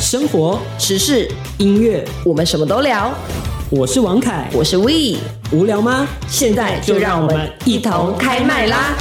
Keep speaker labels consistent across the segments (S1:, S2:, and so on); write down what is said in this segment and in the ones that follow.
S1: 生活、
S2: 时事，
S1: 音乐，
S2: 我们什么都聊。
S1: 我是王凯。
S2: 我是 We，
S1: 无聊吗？
S2: 现在就让我们一同开麦啦！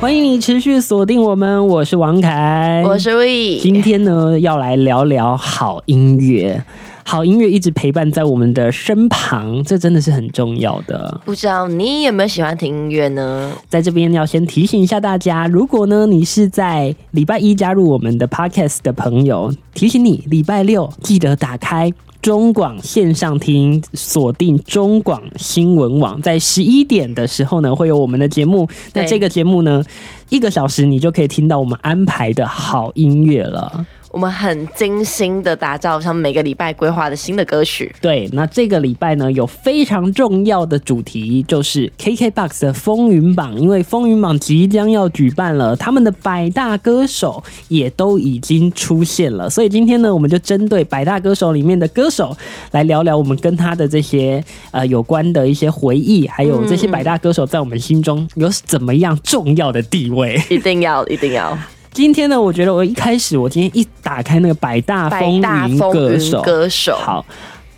S1: 欢迎你持续锁定我们，我是王凯，
S2: 我是 We，
S1: 今天呢，要来聊聊好音乐。好音乐一直陪伴在我们的身旁，这真的是很重要的。
S2: 不知道你有没有喜欢听音乐呢？
S1: 在这边要先提醒一下大家，如果呢你是在礼拜一加入我们的 podcast 的朋友，提醒你礼拜六记得打开中广线上听，锁定中广新闻网，在十一点的时候呢会有我们的节目。那
S2: 对
S1: 这个节目呢，一个小时你就可以听到我们安排的好音乐了。
S2: 我们很精心的打造像每个礼拜规划的新的歌曲，
S1: 对，那这个礼拜呢有非常重要的主题，就是 KKBOX 的风云榜，因为风云榜即将要举办了，他们的百大歌手也都已经出现了，所以今天呢，我们就针对百大歌手里面的歌手来聊聊我们跟他的这些呃有关的一些回忆，还有这些百大歌手在我们心中有怎么样重要的地位。
S2: 一定 要，一定要！
S1: 今天呢，我觉得我一开始，我今天一打开那个百大
S2: 百
S1: 风
S2: 大
S1: 云
S2: 风
S1: 歌
S2: 云
S1: 手，
S2: 歌手，
S1: 好，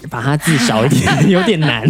S1: 把它字少一点， 有点难。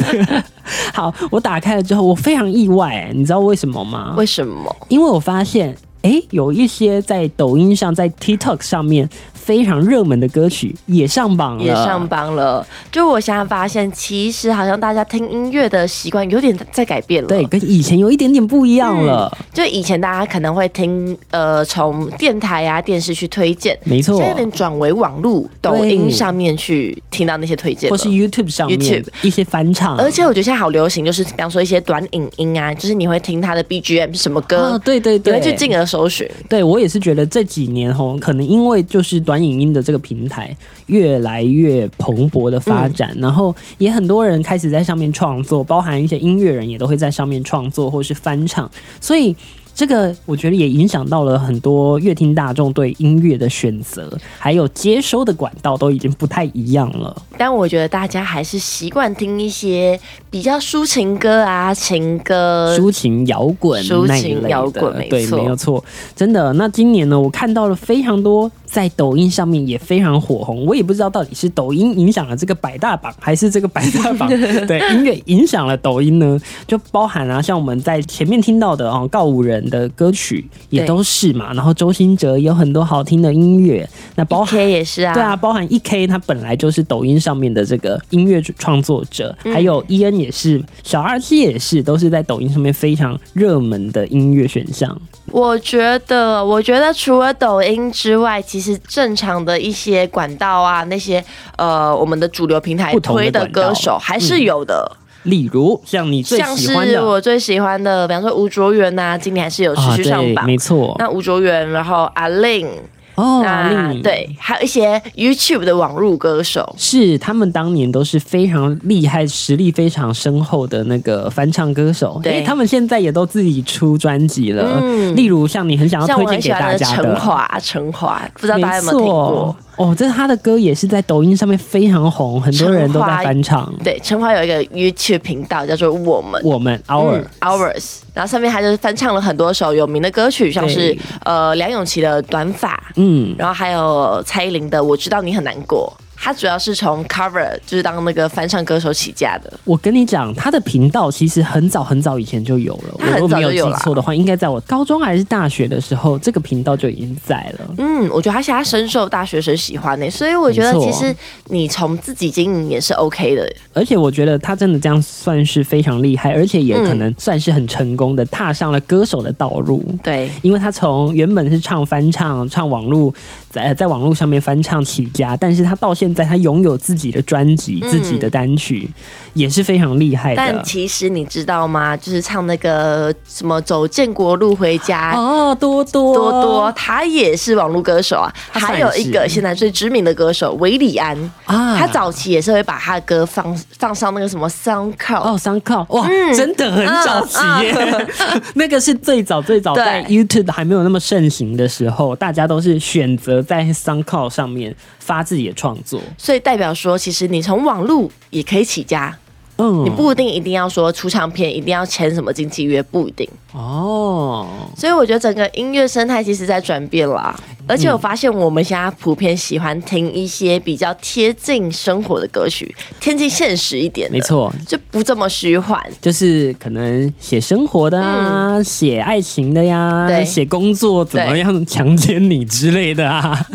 S1: 好，我打开了之后，我非常意外、你知道为什么吗？
S2: 为什么？
S1: 因为我发现，哎、有一些在抖音上、在 TikTok 上面非常热门的歌曲也上榜了，
S2: 也上榜了。就我现在发现，其实好像大家听音乐的习惯有点在改变了。
S1: 对，跟以前有一点点不一样了，
S2: 就以前大家可能会听呃从电台啊电视去推荐，
S1: 没错
S2: 现在有点转为网络抖音上面去听到那些推荐
S1: 或
S2: 了。
S1: 是 YouTube 上面
S2: YouTube
S1: 一些翻唱，
S2: 而且我觉得现在好流行，就是比方说一些短影音啊，就是你会听它的 BGM 是什么歌
S1: 啊，，对对
S2: 你
S1: 对，
S2: 会去进而搜寻。
S1: 对我也是觉得这几年吼，可能因为就是短影音的这个平台越来越蓬勃的发展，然后也很多人开始在上面创作，包含一些音乐人也都会在上面创作或是翻唱，所以。这个我觉得也影响到了很多乐听大众对音乐的选择，还有接收的管道都已经不太一样了。
S2: 但我觉得大家还是习惯听一些比较抒情歌啊、情歌，
S1: 抒情摇滚
S2: 呃抒情
S1: 那一类的
S2: 摇滚没
S1: 对，
S2: 错
S1: 没有错，真的。那今年呢，我看到了非常多在抖音上面也非常火红，我也不知道到底是抖音影响了这个百大榜，还是这个百大 榜对音乐影响了抖音呢？就包含啊，像我们在前面听到的哦，告五人的歌曲也
S2: 对
S1: 都是嘛，然后周兴哲也有很多好听的音乐，那包含
S2: K 也是啊，
S1: 对啊，包含 E K 他本来就是抖音上面的这个音乐创作者，
S2: 嗯
S1: 还有 E N 也是，小二七也是，都是在抖音上面非常热门的音乐选项。
S2: 我觉得，我觉得除了抖音之外，其实正常的一些管道啊，那些呃，我们的主流平台
S1: 不同的
S2: 推的
S1: 管道
S2: 歌手还是有的，
S1: 例如像你最
S2: 像
S1: 喜欢
S2: 是
S1: 的啊
S2: 我最喜欢的，比方说吴卓源呐、今年还是有持续上
S1: 对，
S2: 榜。
S1: 没错，
S2: 那吴卓源，然后阿令，
S1: 哦，
S2: 那
S1: 令
S2: 对，还有一些 YouTube 的网络歌手，
S1: 是他们当年都是非常厉害、实力非常深厚的那个翻唱歌手，
S2: 对
S1: 因为他们现在也都自己出专辑了。
S2: 嗯
S1: 例如像你很想要
S2: 像
S1: 推
S2: 我
S1: 荐
S2: 很
S1: 给
S2: 喜欢
S1: 大
S2: 的
S1: 家
S2: 陈华，陈华，不知道大家有没有听过？
S1: 哦，这他的歌也是在抖音上面非常红，很多人都在翻唱。
S2: 对，陈华有一个 YouTube 频道叫做我们。
S1: 我们 Our、
S2: 嗯 Hours，然后上面他就是翻唱了很多首有名的歌曲，像是
S1: 对
S2: 呃梁咏琪的《短发》，
S1: 嗯，
S2: 然后还有蔡依林的《我知道你很难过》。他主要是从 cover 就是当那个翻唱歌手起家的，
S1: 我跟你讲，他的频道其实很早很早以前就有了。
S2: 他很
S1: 我如果没
S2: 早就有
S1: 记
S2: 啦
S1: 错的话，应该在我高中还是大学的时候，这个频道就已经在了。
S2: 嗯，我觉得他现在深受大学生喜欢呢、所以我觉得
S1: 没错
S2: 其实你从自己经营也是 OK 的，
S1: 而且我觉得他真的这样算是非常厉害，而且
S2: 嗯
S1: 也可能算是很成功的踏上了歌手的道路。
S2: 对，
S1: 因为他从原本是唱翻唱、唱网络，在在网络上面翻唱起家，但是他到现在他拥有自己的专辑、自己的单曲，也是非常厉害
S2: 嗯但
S1: 的。
S2: 其实你知道吗？就是唱那个什么走建国路回家，
S1: 哦，多多
S2: 多多，他也是网络歌手啊，
S1: 他算
S2: 还
S1: 是
S2: 有一个现在最知名的歌手韦礼安，
S1: 啊，
S2: 他早期也是会把他的歌放放上那个什么 SoundCloud，、
S1: 哦三 o 哇，
S2: 嗯
S1: 真的很早期耶， 那个是最早最早
S2: 对
S1: 在 YouTube 还没有那么盛行的时候，大家都是选择在三 o 上面发自己的创作。
S2: 所以代表说，其实你从网络也可以起家，
S1: 嗯，
S2: 你不一定一定要说出唱片，一定要签什么经纪约，不一定。
S1: 哦。嗯
S2: 所以我觉得整个音乐生态其实在转变啦，而且我发现我们现在普遍喜欢听一些比较贴近生活的歌曲，贴近现实一点的，
S1: 没，错，
S2: 就不这么 虚幻。
S1: 就是可能写生活的啊，写、爱情的呀，
S2: 嗯对
S1: 写工作怎么样强奸你之类的啊。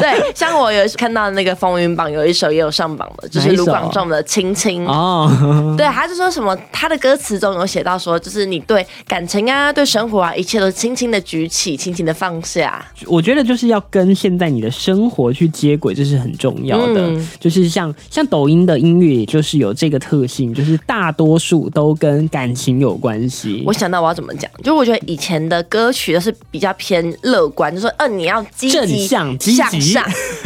S2: 对，像我有看到那个风云榜有一首也有上榜的，就是
S1: 哪一首啊
S2: 卢广仲的《青青》。
S1: 哦，
S2: 对，他就说什么，他的歌词中有写到说，就是你对感情啊，对生活啊，一切都轻轻的举起，轻轻的放下。
S1: 我觉得就是要跟现在你的生活去接轨，这是很重要的。
S2: 嗯
S1: 就是像像抖音的音乐，也就是有这个特性，就是大多数都跟感情有关系
S2: 我。想到我要怎么讲，就我觉得以前的歌曲都是比较偏乐观，就说，嗯、你要积
S1: 正
S2: 极
S1: 向积极
S2: 向上。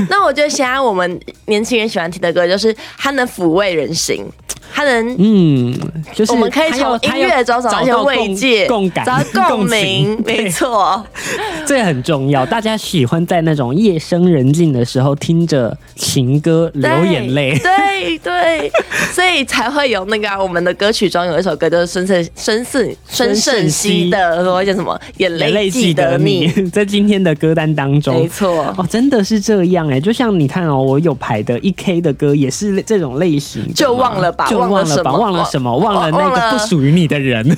S2: 那我觉得现在我们年轻人喜欢听的歌，就是它能抚慰人心，它能。
S1: 嗯，就是
S2: 我们可以
S1: 他
S2: 从
S1: 要
S2: 音
S1: 他要
S2: 乐中找到一些
S1: 共
S2: 慰藉、
S1: 共感、
S2: 找到共鸣
S1: 情，
S2: 没
S1: 对
S2: 错。
S1: 这很重要，大家喜欢在那种夜深人静的时候听着情歌流
S2: 对
S1: 眼泪。
S2: 对对，所以才会有那个啊、我们的歌曲中有一首歌，就是孙盛、孙盛、孙盛熙的，说叫什么“眼
S1: 眼
S2: 泪
S1: 泪
S2: 记
S1: 记
S2: 得
S1: 得
S2: 你
S1: 你， 在今天的歌单当”，
S2: 没
S1: 中，
S2: 错。
S1: 哦，真的是这样哎、就像你看哦，我有排的一 K 的歌也是这种类型的嘛，
S2: 就忘了吧
S1: 就忘
S2: 忘了
S1: 了吧，
S2: 什么
S1: 忘了什么，哦忘了那
S2: 忘了
S1: 个不属于你的 人，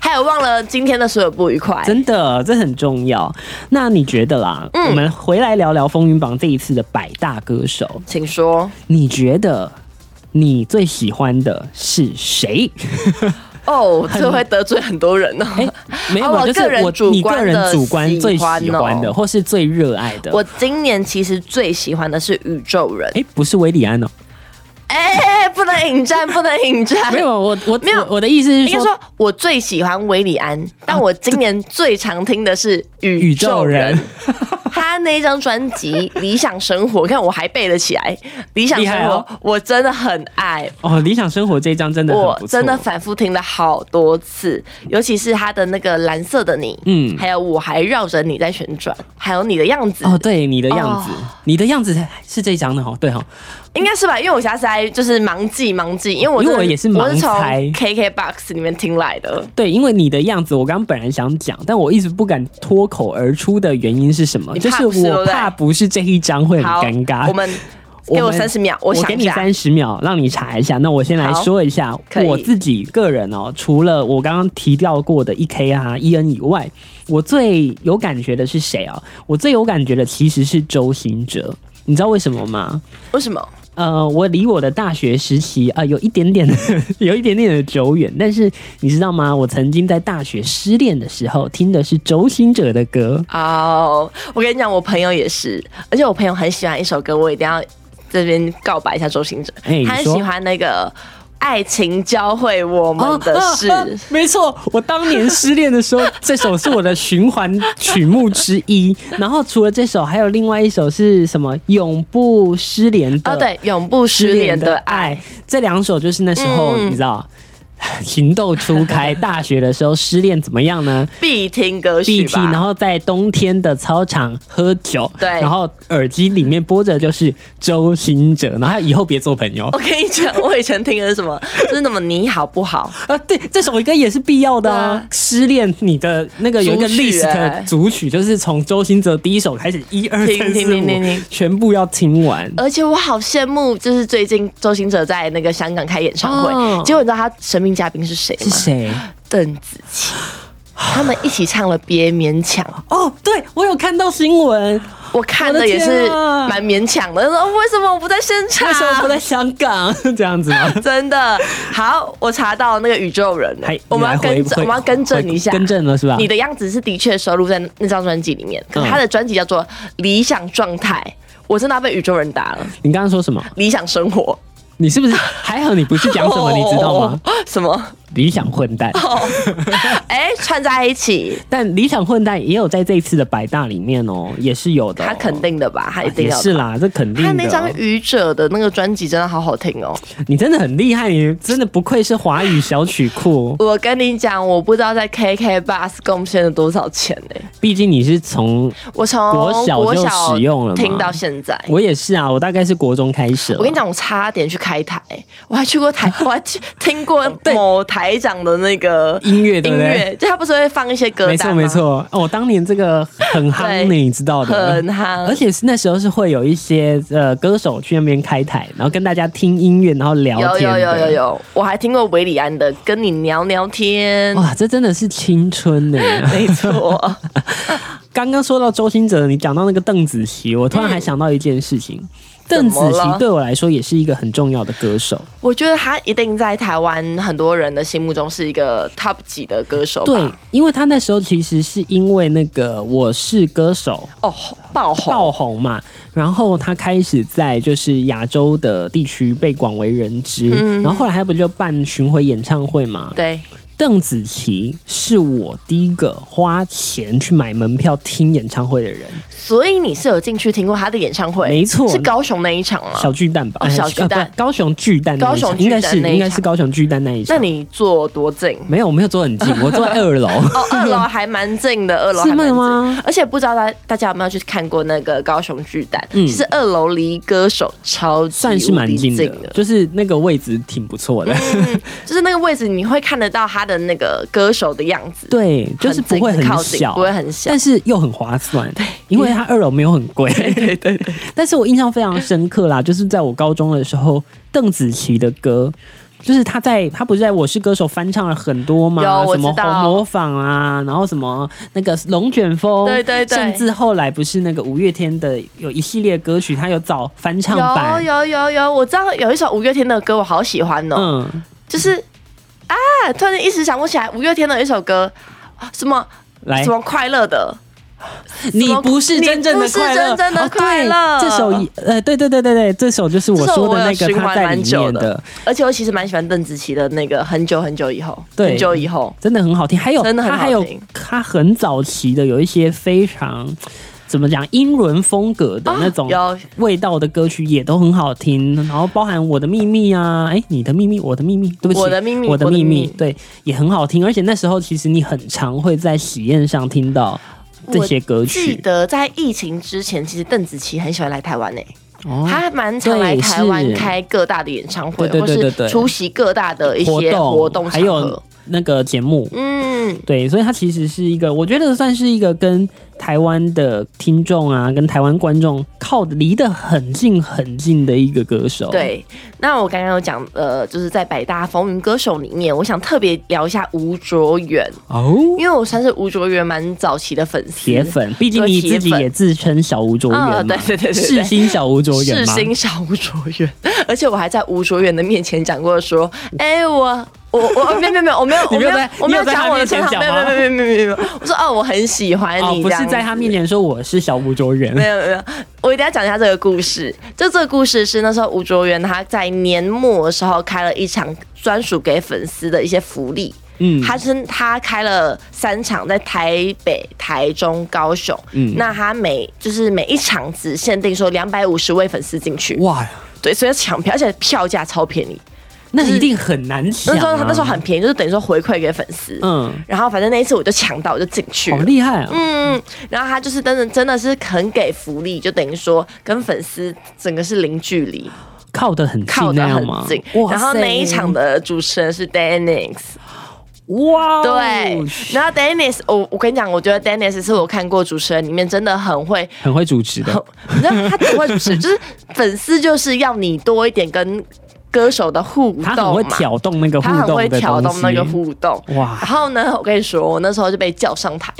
S2: 还有忘了今天的所有不愉快，
S1: 真的，这很重要。那你觉得啦？
S2: 嗯
S1: 我们回来聊聊风云榜这一次的百大歌手，
S2: 请说。
S1: 你觉得你最喜欢的是谁？
S2: 哦，
S1: 很
S2: 这会得罪很多人呢、
S1: 哎、没有
S2: 啊
S1: 嘛，
S2: 我
S1: 就是
S2: 个人
S1: 我
S2: 主
S1: 你
S2: 观
S1: 个人
S2: 的
S1: 主观
S2: 喜
S1: 最喜
S2: 欢哦
S1: 欢的，或是最热爱的。
S2: 我今年其实最喜欢的是宇宙人，
S1: 哎、不是维里安哦，
S2: 哎、不能引战，不能引战。
S1: 没有，我我
S2: 啊没有
S1: 我我的意思是
S2: 应该
S1: 说，哦
S2: 说，我最喜欢维里安，但我今年最常听的是宇
S1: 宇宙
S2: 宙人
S1: 人。
S2: 他那张专辑《理想生活》，你看我还背得起来，《理想
S1: 厉
S2: 生
S1: 害
S2: 活
S1: 哦》
S2: 我真的很爱，
S1: 哦，理想生活这一张真的
S2: 我
S1: 很不错，
S2: 真的反复听了好多次，尤其是他的那个蓝色的你，
S1: 嗯
S2: 还有我还绕着你在旋转，还有你的样子，
S1: 哦，对你的样子，
S2: 哦
S1: 你的样子是这一张的哦，对哦，
S2: 应该是吧？因为我现在是在就是盲记盲记，因为我
S1: 因为
S2: 真的
S1: 我也是
S2: 我是
S1: 盲
S2: 从
S1: 猜
S2: KKBOX 里面听来的，
S1: 对，因为你的样子，我刚刚本来想讲，但我一直不敢脱口而出的原因是什么？
S2: 你
S1: 就
S2: 怕
S1: 是
S2: 不是对
S1: 我
S2: 不对
S1: 怕不是这一张会很
S2: 好，
S1: 尴尬。
S2: 我们
S1: 我
S2: 给我
S1: 们
S2: 三十秒，我想
S1: 给
S2: 一
S1: 你
S2: 下。
S1: 三十秒，让你查一下。那我先来
S2: 好
S1: 说一下
S2: 可以
S1: 我自己个人哦，除了我刚刚提到过的 E K 啊、E N 以外，我最有感觉的是谁啊？我最有感觉的其实是周兴哲，你知道为什么吗？
S2: 为什么？
S1: 呃，我离我的大学时期啊、有一点点的， 有一点点的久远。但是你知道吗？我曾经在大学失恋的时候，听的是周兴哲的歌。
S2: 哦、我跟你讲，我朋友也是，而且我朋友很喜欢一首歌，我一定要这边告白一下周星哲，
S1: 哎你
S2: 他很
S1: 说
S2: 喜欢那个《爱情教会我们的 事》
S1: 啊啊啊没错，我当年失恋的时候，这首是我的循环曲目之一。 然后除了这首，还有另外一首是什么？永不失联的
S2: 哦，对，永不失联的爱，，
S1: 这两首就是那时候、
S2: 嗯
S1: 你知道。情窦初开，大学的时候失恋怎么样 呢？
S2: 必听歌曲
S1: BT，然
S2: 吧。
S1: 后在冬天的操场喝酒，
S2: 对
S1: 然后耳机里面播着就是周兴哲，然后还有以后别做朋友
S2: 我跟你讲，我以前听的是什 么？就是那么你好不好？
S1: 啊，对，这首歌也是必要的
S2: 对
S1: 啊
S2: 啊。
S1: 失恋你的那个有一个
S2: 组曲
S1: list
S2: 欸
S1: 的组曲，就是从周兴哲第一首开始，一二
S2: 听
S1: 三
S2: 听
S1: 四
S2: 听听
S1: 五
S2: 听，
S1: 全部要听完。
S2: 而且我好羡慕，就是最近周星哲在那个香港开演唱会，
S1: 哦
S2: 结果你知道他神秘嘉宾是谁吗？
S1: 是谁？
S2: 邓紫棋，他们一起唱了《别勉强》。
S1: 哦，对我有看到新闻，
S2: 我看的也
S1: 我的
S2: 是
S1: 天啊
S2: 蛮勉强的，说为什么我不在现场？
S1: 为什么不在香港 这样子啊 吗？
S2: 真的好，我查到那个宇宙人了
S1: 还，
S2: 我们要
S1: 哎你来回
S2: 更正，
S1: 回
S2: 我们要更正一下，
S1: 更正了是吧？
S2: 你的样子是的确收录在那张专辑里面，可是他的专辑叫做《理想状态》，我真的要被宇宙人打了，《
S1: 你刚刚说什么？
S2: 理想生活
S1: 你是不是还好？你不是》讲什 么，你知道吗？？
S2: 什么？
S1: 理想混 蛋。
S2: 哦，哎、串在一起，
S1: 但理想混蛋也有在这一次的百大里面哦，也是有的哦、
S2: 他肯定的吧？他一定
S1: 也
S2: 要的。
S1: 是啦，这肯定的。
S2: 他
S1: 哦
S2: 那张《愚者》的那个专辑真的好好听哦！，
S1: 你真的很厉害，你真的不愧是华语小曲库
S2: 我跟你讲，我不知道在 KK Bus 贡献了多少钱呢、
S1: 毕竟你是从
S2: 我从
S1: 国小就
S2: 国小
S1: 使用了嘛
S2: 听到现在。
S1: 我也是啊，我大概是国中开始。
S2: 我跟你，讲，我差点去开台，我还去过台，我还去听过某台台长的那个
S1: 哦音乐对
S2: 音
S1: 不对？
S2: 乐，就他不是会放一些歌
S1: 没
S2: 单
S1: 错
S2: 吗
S1: 没，错，哦，当年这个很夯呢，
S2: 对
S1: 你知道的，
S2: 很夯，
S1: 而且是那时候是会有一些呃歌手去那边开台，然后跟大家听音乐，然后聊
S2: 有
S1: 天
S2: 有
S1: 的。
S2: 有有有，我还听过韦礼安的《跟你聊聊天》，
S1: 哇，这真的是青春 呢！
S2: 没错，
S1: 刚刚说到周兴哲，你讲到那个邓紫棋，我突然还想到一件事情，邓紫
S2: 嗯怎么
S1: 棋
S2: 了
S1: 对我来说也是一个很重要的歌手。
S2: 我觉得他一定在台湾很多人的心目中是一个 top 级的歌手吧，
S1: 对，因为她那时候其实是因为那个《我是歌手
S2: 哦，爆》红，
S1: 爆红嘛，然后她开始在就是亚洲的地区被广为人知，
S2: 嗯
S1: 然后后来她不就办巡回演唱会嘛？
S2: 对，
S1: 邓紫棋是我第一个花钱去买门票听演唱会的人，
S2: 所以你是有进去听过他的演唱会，
S1: 没错
S2: 是高雄那一场吗？
S1: 小巨蛋吧？
S2: 哦小巨蛋
S1: 呃不高雄巨蛋那一场，
S2: 高雄
S1: 应
S2: 巨
S1: 该
S2: 蛋
S1: 是
S2: 那一场
S1: 应该是高雄巨蛋那一场。
S2: 那你坐多近？
S1: 没有，我没有坐很 近，我坐在二楼。
S2: 哦，二楼还蛮近 的，二楼还
S1: 是
S2: 蛮近
S1: 吗？
S2: 而且不知道大大家有没有去看过那个高雄巨蛋？
S1: 嗯
S2: 其实二楼离歌手超级
S1: 算是蛮近的
S2: 无敌的，嗯
S1: 就是那个位置挺不错的。
S2: 就是那个位置你会看得到他的那个歌手的样子，
S1: 对，
S2: 很近，
S1: 就是不会很
S2: 靠近，
S1: 小
S2: 不，会很小
S1: 但。是又很划算，因为它二楼没有很贵。对对对。 但是我印象非常深刻啦，就是在我高中的时候，邓紫棋的歌。就是她在，她不是在《我是歌手》翻唱了很多吗？
S2: 有我
S1: 什
S2: 知
S1: 么红
S2: 道
S1: 模仿啊，然后什么那个龙卷风，
S2: 对对对
S1: 甚至后来不是那个五月天的有一系列歌曲，她有找翻唱版，
S2: 有有有有，我知道有一首五月天的歌，我好喜欢哦，
S1: 嗯，
S2: 就是啊，突然一时想不起来五月天的一首歌，啊什么
S1: 来
S2: 什，么快乐的，
S1: 你不是真正的快乐，
S2: 你不是真正的
S1: 哦对
S2: 快乐
S1: 这首也呃，对对对对对，这首就是我
S2: 这首
S1: 说
S2: 我
S1: 的
S2: 有
S1: 那个
S2: 循
S1: 她
S2: 环
S1: 在
S2: 蛮
S1: 里
S2: 久
S1: 面
S2: 的
S1: 的，
S2: 而且我其实蛮喜欢邓紫棋的那个很久很久以后，
S1: 对
S2: 很久以后，
S1: 真的很好听。还有，
S2: 真的很
S1: 它
S2: 好
S1: 还有
S2: 听
S1: 它很早期的有一些非常怎么讲英伦风格的那种
S2: 啊有
S1: 味道的歌曲也都很好听，然后包含我的秘密啊，哎，你的秘密，我的秘密，对不起，
S2: 我的秘密
S1: 我的
S2: 我的
S1: 秘
S2: 秘密
S1: 密，对，也很好听。而且那时候其实你很常会在喜宴上听到这些歌
S2: 记
S1: 曲，
S2: 得在疫情之前，其实邓紫棋很喜欢来台湾诶、
S1: 哦
S2: 她蛮常来台湾开各大的演唱会，
S1: 对是对对对对
S2: 或是出席各大的一
S1: 活
S2: 些
S1: 动
S2: 活动
S1: 还
S2: 场
S1: 有
S2: 合。
S1: 那个节目，
S2: 嗯，
S1: 对，所以它其实是一个，我觉得算是一个跟台湾的听众啊，跟台湾观众靠离得很近很近的一个歌手。，
S2: 对。那我刚刚有讲，呃，就是在百大风云歌手里面，我想特别聊一下吴卓源，
S1: 哦，
S2: 因为我算是吴卓源蛮早期的粉丝，
S1: 铁粉，毕竟你自己也自称小吴卓源嘛，
S2: 嗯对对对对对
S1: 世新小吴卓源
S2: 世
S1: 嘛。
S2: 新小吴卓源，而且我还在吴卓源的面前讲过说，哎、我。我我没有没有没有我没有
S1: 你
S2: 我
S1: 没
S2: 没
S1: 有
S2: 有
S1: 在
S2: 我没
S1: 你有在他
S2: 讲我的
S1: 面前
S2: 称号，
S1: 讲
S2: 没有
S1: 吗
S2: 没有没有没有没有没有，我说哦我很喜欢
S1: 哦，
S2: 你，
S1: 不
S2: 这样
S1: 是
S2: 子
S1: 在他面前说我是小吴卓源，
S2: 没有没有，我一定要讲一下这个故事。就这个故事是那时候吴卓源他在年末的时候开了一场专属给粉丝的一些福利，
S1: 嗯，
S2: 他是他开了三场，在台北、台中、高雄。
S1: 嗯
S2: 那他每就是每一场只限定说两百五十位粉丝进去，
S1: 哇，
S2: 对，所以抢票，而且票价超便宜。
S1: 那一定很难想、啊。
S2: 那时候那时候很便宜，就是等于说回馈给粉丝。
S1: 嗯，
S2: 然后反正那一次我就抢到，我就进去
S1: 好
S2: 了。
S1: 厉害啊！
S2: 嗯，然后他就是真的真的是很给福利，就等于说跟粉丝整个是零距离，
S1: 靠得很近
S2: 靠得
S1: 那样
S2: 很
S1: 吗
S2: 近？。
S1: 哇
S2: 然后
S1: 塞
S2: 那一场的主持人是 Dennis，
S1: 哇哦，
S2: 对，然后 Dennis，我哦我跟你讲，我觉得 Dennis 是我看过主持人里面真的很会，
S1: 很会主持的
S2: 很，你知道他很会主持，就是粉丝就是要你多一点跟歌手的互动嘛，
S1: 他很会挑动那个 互
S2: 他很
S1: 动
S2: 会
S1: 的
S2: 挑
S1: 东
S2: 动
S1: 西。
S2: 那个互动。
S1: 哇
S2: 然后呢，我跟你说，我那时候就被叫上台，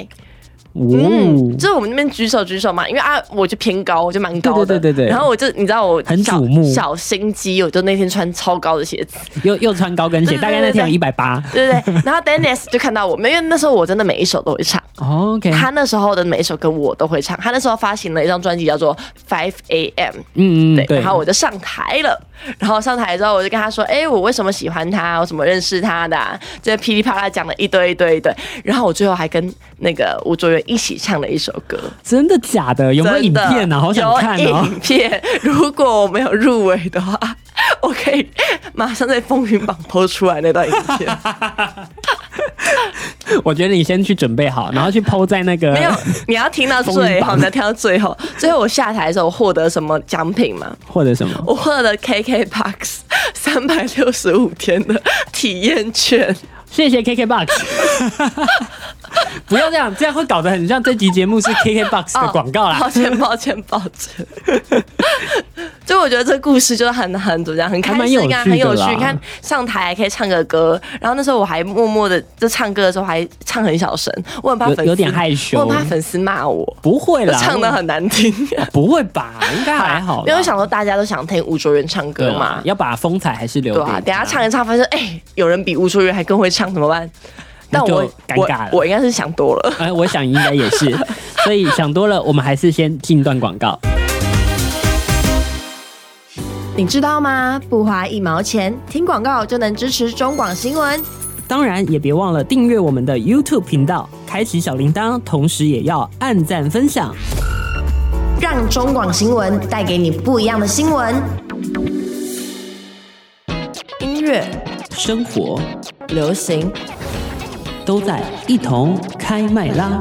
S1: 哦
S2: 嗯，，就是我们那边举手举手嘛，因为啊，我就偏高，我就蛮高的，
S1: 对对对对对
S2: 然后我就你知道我
S1: 很
S2: 小
S1: 瞩目
S2: 小心机，我就那天穿超高的鞋子，
S1: 又又穿高跟鞋，
S2: 对对对
S1: 大概那天有
S2: 对
S1: 一百八。
S2: 对 不对？然后 Dennis 就看到我，因为那时候我真的每一首都会唱，
S1: OK，
S2: 他那时候的每一首歌我都会唱。他那时候发行了一张专辑叫做 Five A.M.，
S1: 嗯嗯
S2: 对，
S1: 对，
S2: 然后我就上台了，然后上台之后我就跟他说，哎、我为什么喜欢他，我怎么认识他的、啊，这噼里啪啦讲了一堆一堆一堆，然后我最后还跟那个吴卓源一起唱了一首歌，
S1: 真的假的？有没有
S2: 真
S1: 影
S2: 的
S1: 片啊？好想看
S2: 有
S1: 哦！
S2: 影片，如果我没有入围的话， 我可以马上在风云榜播出来那段影 片，
S1: 我觉得你先去准备好，然后去抛在那个
S2: 没有，你要听到
S1: 风云
S2: 最后，
S1: 榜
S2: 你要听到最后，最后我下台的时候我获得什么奖品吗？
S1: 或者什么
S2: 我获得 KKBOX 三三百六十五天的体验券。
S1: 谢谢 KKBOX。不要这样，这样会搞得很像这集节目是 KKBOX 的广告啦。
S2: 哦抱歉，抱歉，抱歉。 就我觉得这故事就是很很怎么讲，很开
S1: 还蛮有
S2: 心
S1: 趣的
S2: 啊，
S1: 啦
S2: 很有趣。你看上台还可以唱个歌，然后那时候我还默默的就唱歌的时候还唱很小声，我很怕
S1: 有
S2: 粉丝
S1: 有点害羞
S2: 我很怕粉丝骂我，
S1: 不会
S2: 就
S1: 啦，
S2: 唱的很难听。
S1: 不会吧？应该还好啦，
S2: 因为我想说大家都想听吴卓源唱
S1: 对
S2: 歌
S1: 啦
S2: 嘛，
S1: 要把风采还是留
S2: 对
S1: 给
S2: 啊，
S1: 他。
S2: 等一下唱一唱，发现哎、有人比吴卓源还更会唱，怎么办？
S1: 那
S2: 但
S1: 就
S2: 我
S1: 尴
S2: 我
S1: 尬了
S2: 我应该是想多了。
S1: 哎、我想应该也是，所以想多了，我们还是先进段广告。
S3: 你知道吗？不花一毛钱，听广告就能支持中广新闻。
S1: 当然，也别忘了订阅我们的 YouTube 频道，开启小铃铛，同时也要按赞分享。
S3: 让中广新闻带给你不一样的新闻。
S2: 音乐、
S1: 生活
S2: 流行、
S1: 都在一同开麦啦！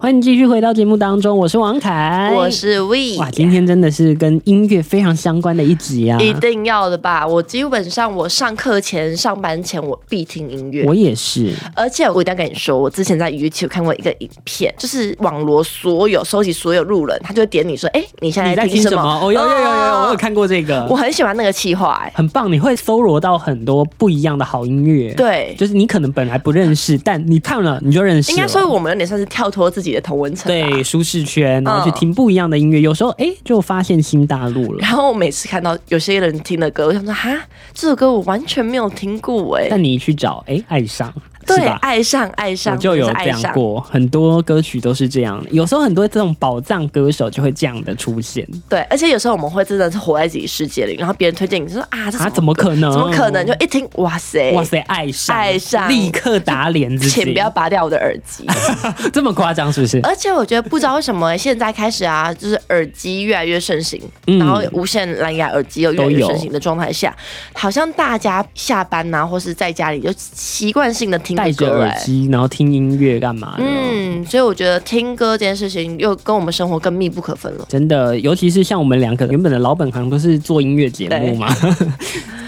S1: 欢迎继续回到节目当中，我是王凯，
S2: 我是 We，
S1: 哎哇，今天真的是跟音乐非常相关的一集啊！
S2: 一定要的吧？我基本上我上课前、上班前我必听音乐。
S1: 我也是，
S2: 而且我一定要跟你说，我之前在 YouTube 看过一个影片，就是网罗所有收集所有路人，他就会点你说：“哎、你现
S1: 你在
S2: 听
S1: 听
S2: 什
S1: 什
S2: 么？”
S1: 么？哦，有有有有，我有看过这
S2: 我
S1: 个，
S2: 很喜欢那个企划、哎，
S1: 很棒，你会搜罗到很多不一样的好音乐。，
S2: 对，
S1: 就是你可能本来不认识，但你看了你就认识
S2: 应
S1: 了。
S2: 该说我们有点算是跳脱自己的同文层。。啊
S1: 对舒适圈，然后去听不一样的音乐，有时候哎、就发现新大陆了。
S2: 然后我每次看到有些人听的歌，我想说哈，这首歌我完全没有听过哎、
S1: 但你一去找，哎、爱上，是
S2: 对，
S1: 吧？
S2: 爱上爱上，
S1: 我就有
S2: 真的
S1: 这
S2: 是爱
S1: 样
S2: 上。
S1: 过，很多歌曲都是这样，有时候很多这种宝藏歌手就会这样的出现。
S2: 对，而且有时候我们会真的是活在自己世界里，然后别人推荐你就说啊，这
S1: 啊，
S2: 什
S1: 怎
S2: 么
S1: 么可能？
S2: 怎么可能？就一听，哇塞，
S1: 哇塞，爱上，
S2: 爱上
S1: 立刻打脸自己，
S2: 请不要拔掉我的耳机。
S1: 这么夸张，是不是？
S2: 而且我觉得不知道为什么现在开始啊， 就是耳机越来越盛行，
S1: 嗯
S2: 然后无线蓝牙耳机又越来
S1: 都
S2: 越
S1: 有
S2: 盛行的状态下，好像大家下班呐、或是在家里就习惯性的听
S1: 戴着
S2: 歌、
S1: 耳
S2: 欸。
S1: 机，然后听音乐干嘛的？
S2: 嗯，所以我觉得听歌这件事情又跟我们生活更密不可分了。
S1: 真的，尤其是像我们两个原本的老本行都是做音乐节目嘛，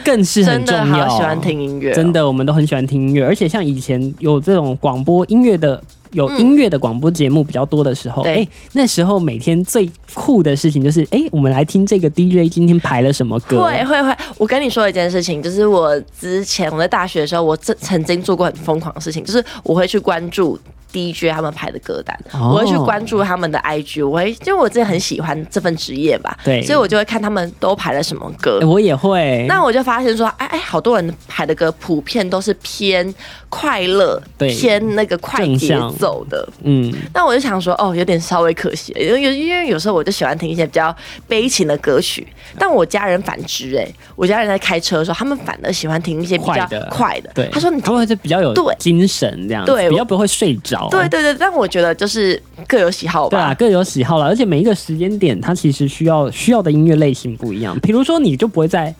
S1: 更是很
S2: 真
S1: 重
S2: 的
S1: 要。啊
S2: 好喜欢听音乐哦、
S1: 真的，我们都很喜欢听音乐，而且像以前有这种广播音乐的。有音乐的广播节目比较多的时候，哎、
S2: 嗯对
S1: 那时候每天最酷的事情就是，哎、我们来听这个 DJ 今天排了什么歌，
S2: 会会会，我跟你说一件事情，就是我之前我在大学的时候，我曾曾经做过很疯狂的事情，就是我会去关注 DJ 他们排的歌单，
S1: 哦
S2: 我会去关注他们的 IG，我会因为我自己很喜欢这份职业吧，
S1: 对
S2: 所以我就会看他们都排了什么歌。
S1: 哎我也会。
S2: 那我就发现说，哎哎，好多人排的歌普遍都是偏快乐、
S1: 对
S2: 偏那个快
S1: 正
S2: 节
S1: 向
S2: 奏的。
S1: 嗯，
S2: 那我就想说，哦，有点稍微可惜，因为有因为有时候我就喜欢听一些比较悲情的歌曲，但我家人反之、哎，我家人在开车的时候，他们反而喜欢听一些比较
S1: 快的
S2: 快的。
S1: 对，
S2: 他说你
S1: 他。们是比较有
S2: 对
S1: 精神这样子，
S2: 对
S1: 比较不会睡着。啊
S2: 对对对，但我觉得就是各有喜好
S1: 对啊，
S2: 吧。
S1: 各有喜好了，而且每一个时间点，它其实需要需要的音乐类型不一样。比如说，你就不会在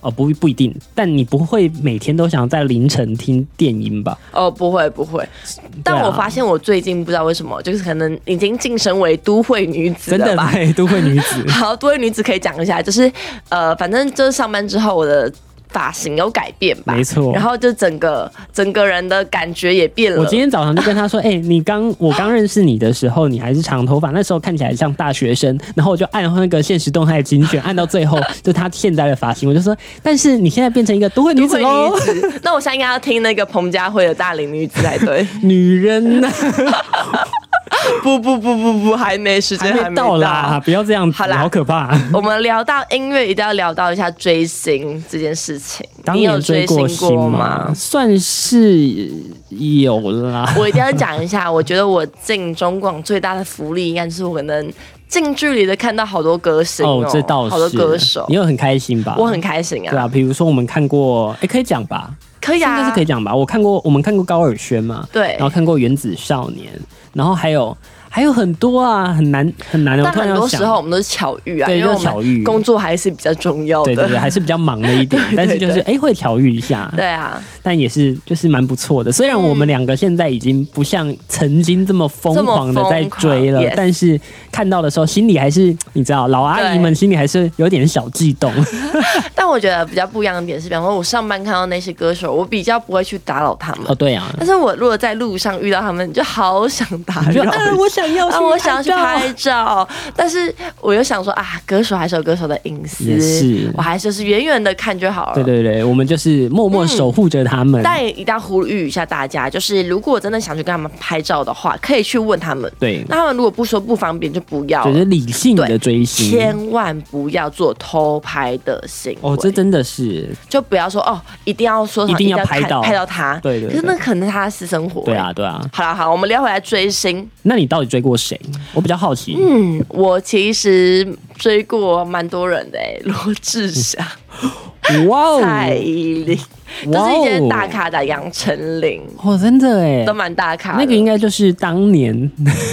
S1: 哦不不一定，但你不会每天都想在凌晨听电音吧？
S2: 哦，不会不会，但
S1: 对啊
S2: 我发现我最近不知道为什么，就是可能已经晋升为都会女子
S1: 真的
S2: 了吧。。
S1: 对，都会女子
S2: 好，多位女子可以讲一下，就是呃，反正就是上班之后我的发型有改变吧，
S1: 没错
S2: 然后就整个整个人的感觉也变了。
S1: 我今天早上就跟他说：“哎、你刚 我刚认识你的时候，你还是长头发，那时候看起来像大学生。”然后我就按那个现实动态精选，按到最 后就他现在的发型，我就说：“但是你现在变成一个都会女
S2: 都
S1: 子
S2: 会
S1: 喽，
S2: 女 子，那我现在应该要听那个彭佳慧的《大龄女子》才对。
S1: 女人呐、
S2: 不不不不不，还没时间，
S1: 还没到啦，。不要这样子，
S2: 好啦
S1: 好可怕。”
S2: 我们聊到音乐，一定要聊到一下追星这件事情。
S1: 当
S2: 你有
S1: 年追
S2: 星
S1: 星
S2: 吗？
S1: 算是有 啦。
S2: 我一定要讲一下，我觉得我进中广最大的福利，应该就是我能近距离的看到好多歌星哦，
S1: 这倒是。
S2: 好多歌手
S1: 你，有很开心吧？
S2: 我很开心
S1: 对
S2: 啊，
S1: 啊，比如说我们看过，哎、可以讲吧？
S2: 可
S1: 应
S2: 以
S1: 该
S2: 啊，
S1: 是可以讲吧？我看过，我们看过高尔宣嘛，
S2: 对
S1: 然后看过原子少年，然后还有。还有很多啊，很难很难。我
S2: 但
S1: 突然
S2: 很
S1: 要
S2: 多
S1: 想
S2: 时候我们都是巧遇啊，
S1: 对
S2: 因为我
S1: 就是巧遇
S2: 们工作还是比较重要
S1: 对对对，
S2: 的。
S1: 还是比较忙了一点， 但是就是哎、诶会调育一下，
S2: 对嗯啊，
S1: 但也是就是蛮不错的。虽然我们两个现在已经不像曾经这么疯狂的在追了
S2: 这么疯狂，yes
S1: 但是看到的时候心里还是你知道，老阿姨们心里还是有点小悸 动。
S2: 但我觉得比较不一样的点是，比方说我上班看到那些歌手，我比较不会去打扰他们。
S1: 哦，对啊，
S2: 但是我如果在路上遇到他们，就好想打
S1: 你
S2: 扰
S1: 说。啊，我想要去，
S2: 啊，我想要去
S1: 拍照。
S2: 拍照，但是我又想说啊，歌手还是有歌手的隐
S1: 也
S2: 私
S1: 是，
S2: 我还是就是远远的看就好了。
S1: 对对对，我们就是默默守护着他们。
S2: 但也一定要呼吁一下大家，就是如果真的想去跟他们拍照的话，可以去问他们。
S1: 对，
S2: 那他们如果不说不方便，就不要了
S1: 就是嗯理性的追星。
S2: 千万不要做偷拍的行为。
S1: 哦，这真的是
S2: 就不要说哦，一定要说什么
S1: 一定要
S2: 看
S1: 拍到
S2: 拍到他。
S1: 对对对
S2: 可是那可能是他的私生活、
S1: 对啊，。对啊。
S2: 好了好，我们聊回来追星。
S1: 那你到底追过谁？我比较好奇。
S2: 嗯，我其实追过蛮多人的诶、罗志祥、嗯
S1: 哇哦，
S2: 蔡依林，都
S1: 哇
S2: 是一些
S1: 哦
S2: 大咖的，杨丞琳
S1: 哦，真的哎
S2: 都，蛮大咖的。
S1: 那个应该就是当年，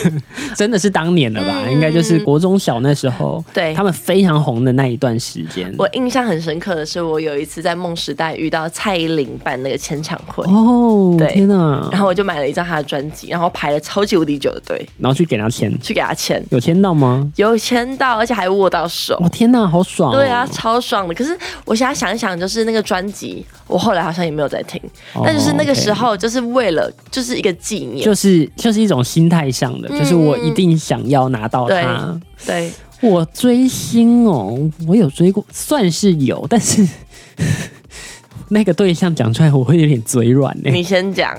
S1: 真的是当年了吧？应该就是国中小那时候，
S2: 嗯对
S1: 他们非常红的那一段时间。
S2: 我印象很深刻的是，我有一次在梦时代遇到蔡依林办那个签唱会，
S1: 哦，
S2: 对
S1: 天哪！
S2: 然后我就买了一张她的专辑，然后排了超级无敌久的队
S1: 然后去给他签，
S2: 去给她签，
S1: 有签到吗？
S2: 有签到，而且还握到手。
S1: 哦，天哪，好爽哦！
S2: 对啊，超爽的。可是我现在想一想，就是那个专辑，我后来好像也没有在听。
S1: 哦
S2: 但就是那个
S1: OK
S2: 时候，就是为了就是一个纪念，
S1: 就是就是一种心态上的，就是我一定想要拿到
S2: 嗯对
S1: 它。
S2: 对，
S1: 我追星哦，我有追过，算是有，但是 那个对象讲出来，我会有点嘴软呢、
S2: 你先讲，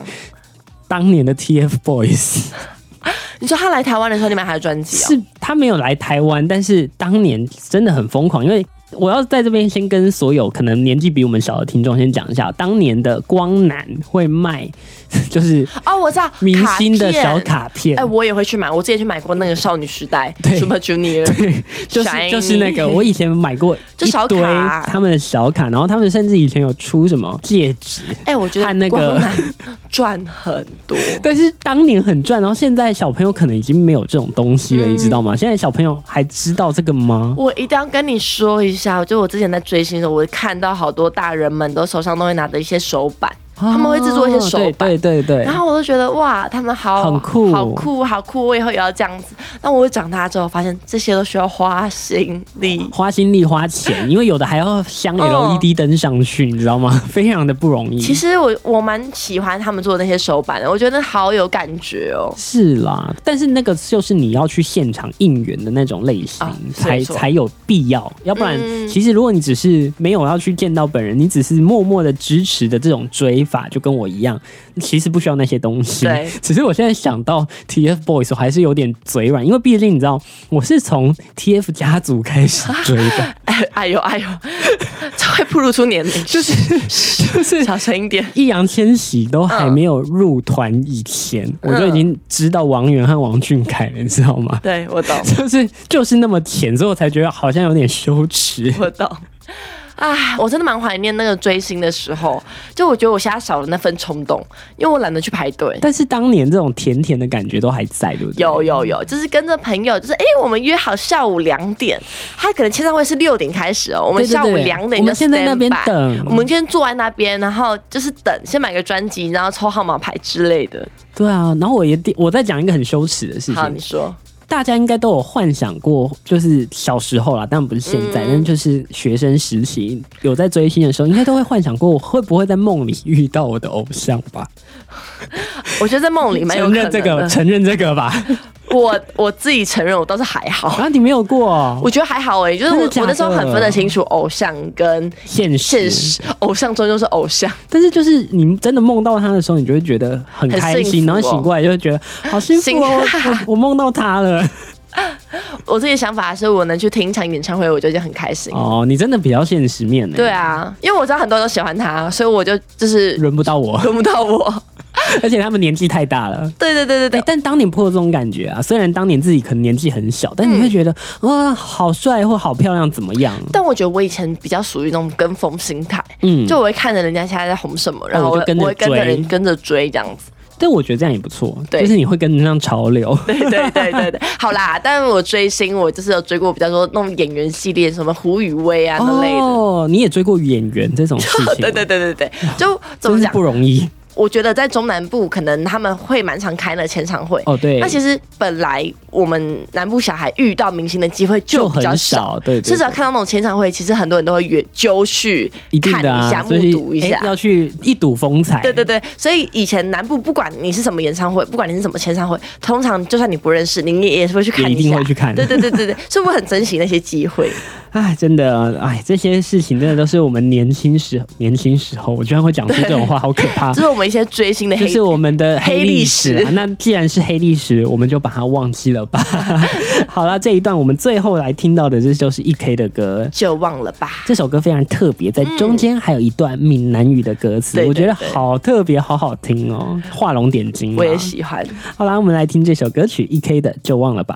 S1: 当年的 TFBOYS
S2: 你说他来台湾的时候，你买他的专辑哦。
S1: 是他没有来台湾，但是当年真的很疯狂，因为。我要在这边先跟所有可能年纪比我们小的听众先讲一下，当年的光南会卖 就是
S2: 哦，我知道，
S1: 明星的小
S2: 卡片。
S1: 卡片，
S2: 哎，我也会去买，我之前去买过那个少女时代
S1: 对
S2: Super Junior，
S1: 就是就是那个，我以前买过
S2: 就
S1: 一
S2: 小
S1: 堆
S2: 卡
S1: 他们的小卡，然后他们甚至以前有出什么戒指，
S2: 哎、我觉得
S1: 看那个
S2: 光南赚很多，
S1: 但是当年很赚，然后现在小朋友可能已经没有这种东西
S2: 嗯
S1: 了，你知道吗？现在小朋友还知道这个吗？
S2: 我一定要跟你说一下，就我之前在追星的时候，我看到好多大人们都手上都会拿着一些手板，啊他们会制作一些手
S1: 哦
S2: 板。
S1: 对对对对
S2: 然。后我就觉得哇，他们好
S1: 很酷
S2: 好酷，好酷！我以后也要这样子。那我长大之后发现，这些都需要花心力。
S1: 花心力花钱，因为有的还要镶
S2: 哦
S1: LED 灯上去，你知道吗？ 非常的不容易。
S2: 其实我我蛮喜欢他们做的那些手板的，我觉得好有感觉哦。
S1: 是啦，但是那个就是你要去现场应援的那种类型，
S2: 啊是
S1: 才
S2: 没错
S1: 才有必要。要不然，
S2: 嗯
S1: 其实如果你只是没有要去见到本人，你只是默默的支持的这种追法，就跟我一样，其实不需要那些东西
S2: 对。
S1: 只是我现在想到 TFBOYS，我还是有点嘴软，因为毕竟你知道，我是从 TF 家族开始追的，
S2: 哎哎呦哎呦，这会暴露出年龄， 就是 嗯
S1: 就是
S2: 小声一点。
S1: 易烊千玺都还没有入团以前，我就已经知道王源和王俊凯了，你知道吗？
S2: 对我懂。
S1: 就是就是那么浅，所以我才觉得好像有点羞耻。
S2: 我懂。唉，我真的蛮怀念那个追星的时候，就我觉得我现在少了那份冲动，因为我懒得去排 队。
S1: 但是当年这种甜甜的感觉都还在，对不对？
S2: 有有有，就是跟着朋友，就是哎、我们约好下午两点，他可能签唱会是六点开始哦，我们
S1: 对对
S2: 下午
S1: 对
S2: 两点
S1: 我
S2: 就
S1: 们先在那边
S2: standby
S1: 等
S2: 我们先坐在那边，然后就是等，先买个专辑，然后抽号码牌之类的。
S1: 对啊。然后我也我再讲一个很羞耻的事
S2: 好，你
S1: 情，
S2: 说，
S1: 大家应该都有幻想过，就是小时候啦，但不是现
S2: 嗯
S1: 在，但就是学生时期有在追星的时候，应该都会幻想过我会不会在梦里遇到我的偶像吧？
S2: 我觉得在 梦里蛮有
S1: 承
S2: 可能
S1: 认
S2: 的。
S1: 这个，承认这 个吧。
S2: 我我自己承认，我倒是还好。
S1: 啊，你没有过哦
S2: 我觉得还好哎、就是
S1: 真的
S2: 我
S1: 假的
S2: 我那时候很分得清楚偶像跟
S1: 现实，
S2: 现实，偶像终究是偶像。
S1: 但是就是你真的梦到他的时候，你就会觉得很
S2: 很
S1: 开
S2: 幸
S1: 心，
S2: 福
S1: 然后
S2: 哦
S1: 醒过来就会觉得好幸福
S2: 幸
S1: 哦，我我梦到他 了。
S2: 我自己的想法是我能去听一场演唱会，我就已经很开心。
S1: 哦，你真的比较现实面欸呢。
S2: 对，啊，因为我知道很多人都喜欢他，所以我就就是
S1: 轮不到 我，
S2: 轮不到我。
S1: 而且他们年纪太大了。
S2: 对对对对
S1: 对，
S2: 对，
S1: 但当年颇有这种感觉啊。虽然当年自己可能年纪很小，但你会觉得哇、好帅或好漂亮怎么样？
S2: 嗯但我觉得我以前比较属于那种跟风心态，
S1: 嗯，
S2: 就我会看着人家现在在红什么，然后
S1: 哦
S2: 我
S1: 我就跟着
S2: 我会跟着
S1: 追
S2: 人跟着追这样子。
S1: 但我觉得这样也不错，
S2: 对
S1: 就是你会跟得上潮流。
S2: 对对对对对， 好啦，但我追星，我就是有追过比较多那种演员系列，什么胡宇威啊那类的。
S1: 哦，你也追过演员这种事情，
S2: 对对对对对，就怎
S1: 真
S2: 么
S1: 是
S2: 讲
S1: 不？容易
S2: 我觉得在中南部可能他们会蛮常开的签唱会。
S1: 哦。对，
S2: 那其实本来我们南部小孩遇到明星的机会
S1: 就
S2: 比
S1: 很
S2: 较
S1: 少，对对
S2: 至少
S1: 对，
S2: 看到那种签唱会，其实很多人都会远就去
S1: 一定
S2: 看
S1: 的
S2: 一下、
S1: 啊，所
S2: 目
S1: 以
S2: 睹一
S1: 哎
S2: 下。
S1: 要去一睹风采。
S2: 对对对，所以以前南部不管你是什么演唱会，不管你是什么签唱会，通常就算你不认识，你也也是会去看
S1: 也一
S2: 一下，
S1: 定会去看
S2: 对对对对 对，所以我很珍惜那些机会。
S1: 哎，真的，哎，这些事情真的都是我们年轻时年轻时候，我居然会讲出这种话，好可怕
S2: 这。是我们一些追星的黑
S1: 这是我们的黑历史
S2: 黑历
S1: 啊！那既然是黑历史，我们就把它忘记了吧。 好了，这一段我们最后来听到的，这就是一 K 的歌。
S2: 就忘了吧。
S1: 这首歌非常特别，在中间还有一段闽南语的歌词，
S2: 对对
S1: 我觉得
S2: 对
S1: 好特别，好好听哦，画龙点睛、啊。
S2: 我也喜欢。
S1: 好啦，我们来听这首歌曲 E K 的《就忘了吧》。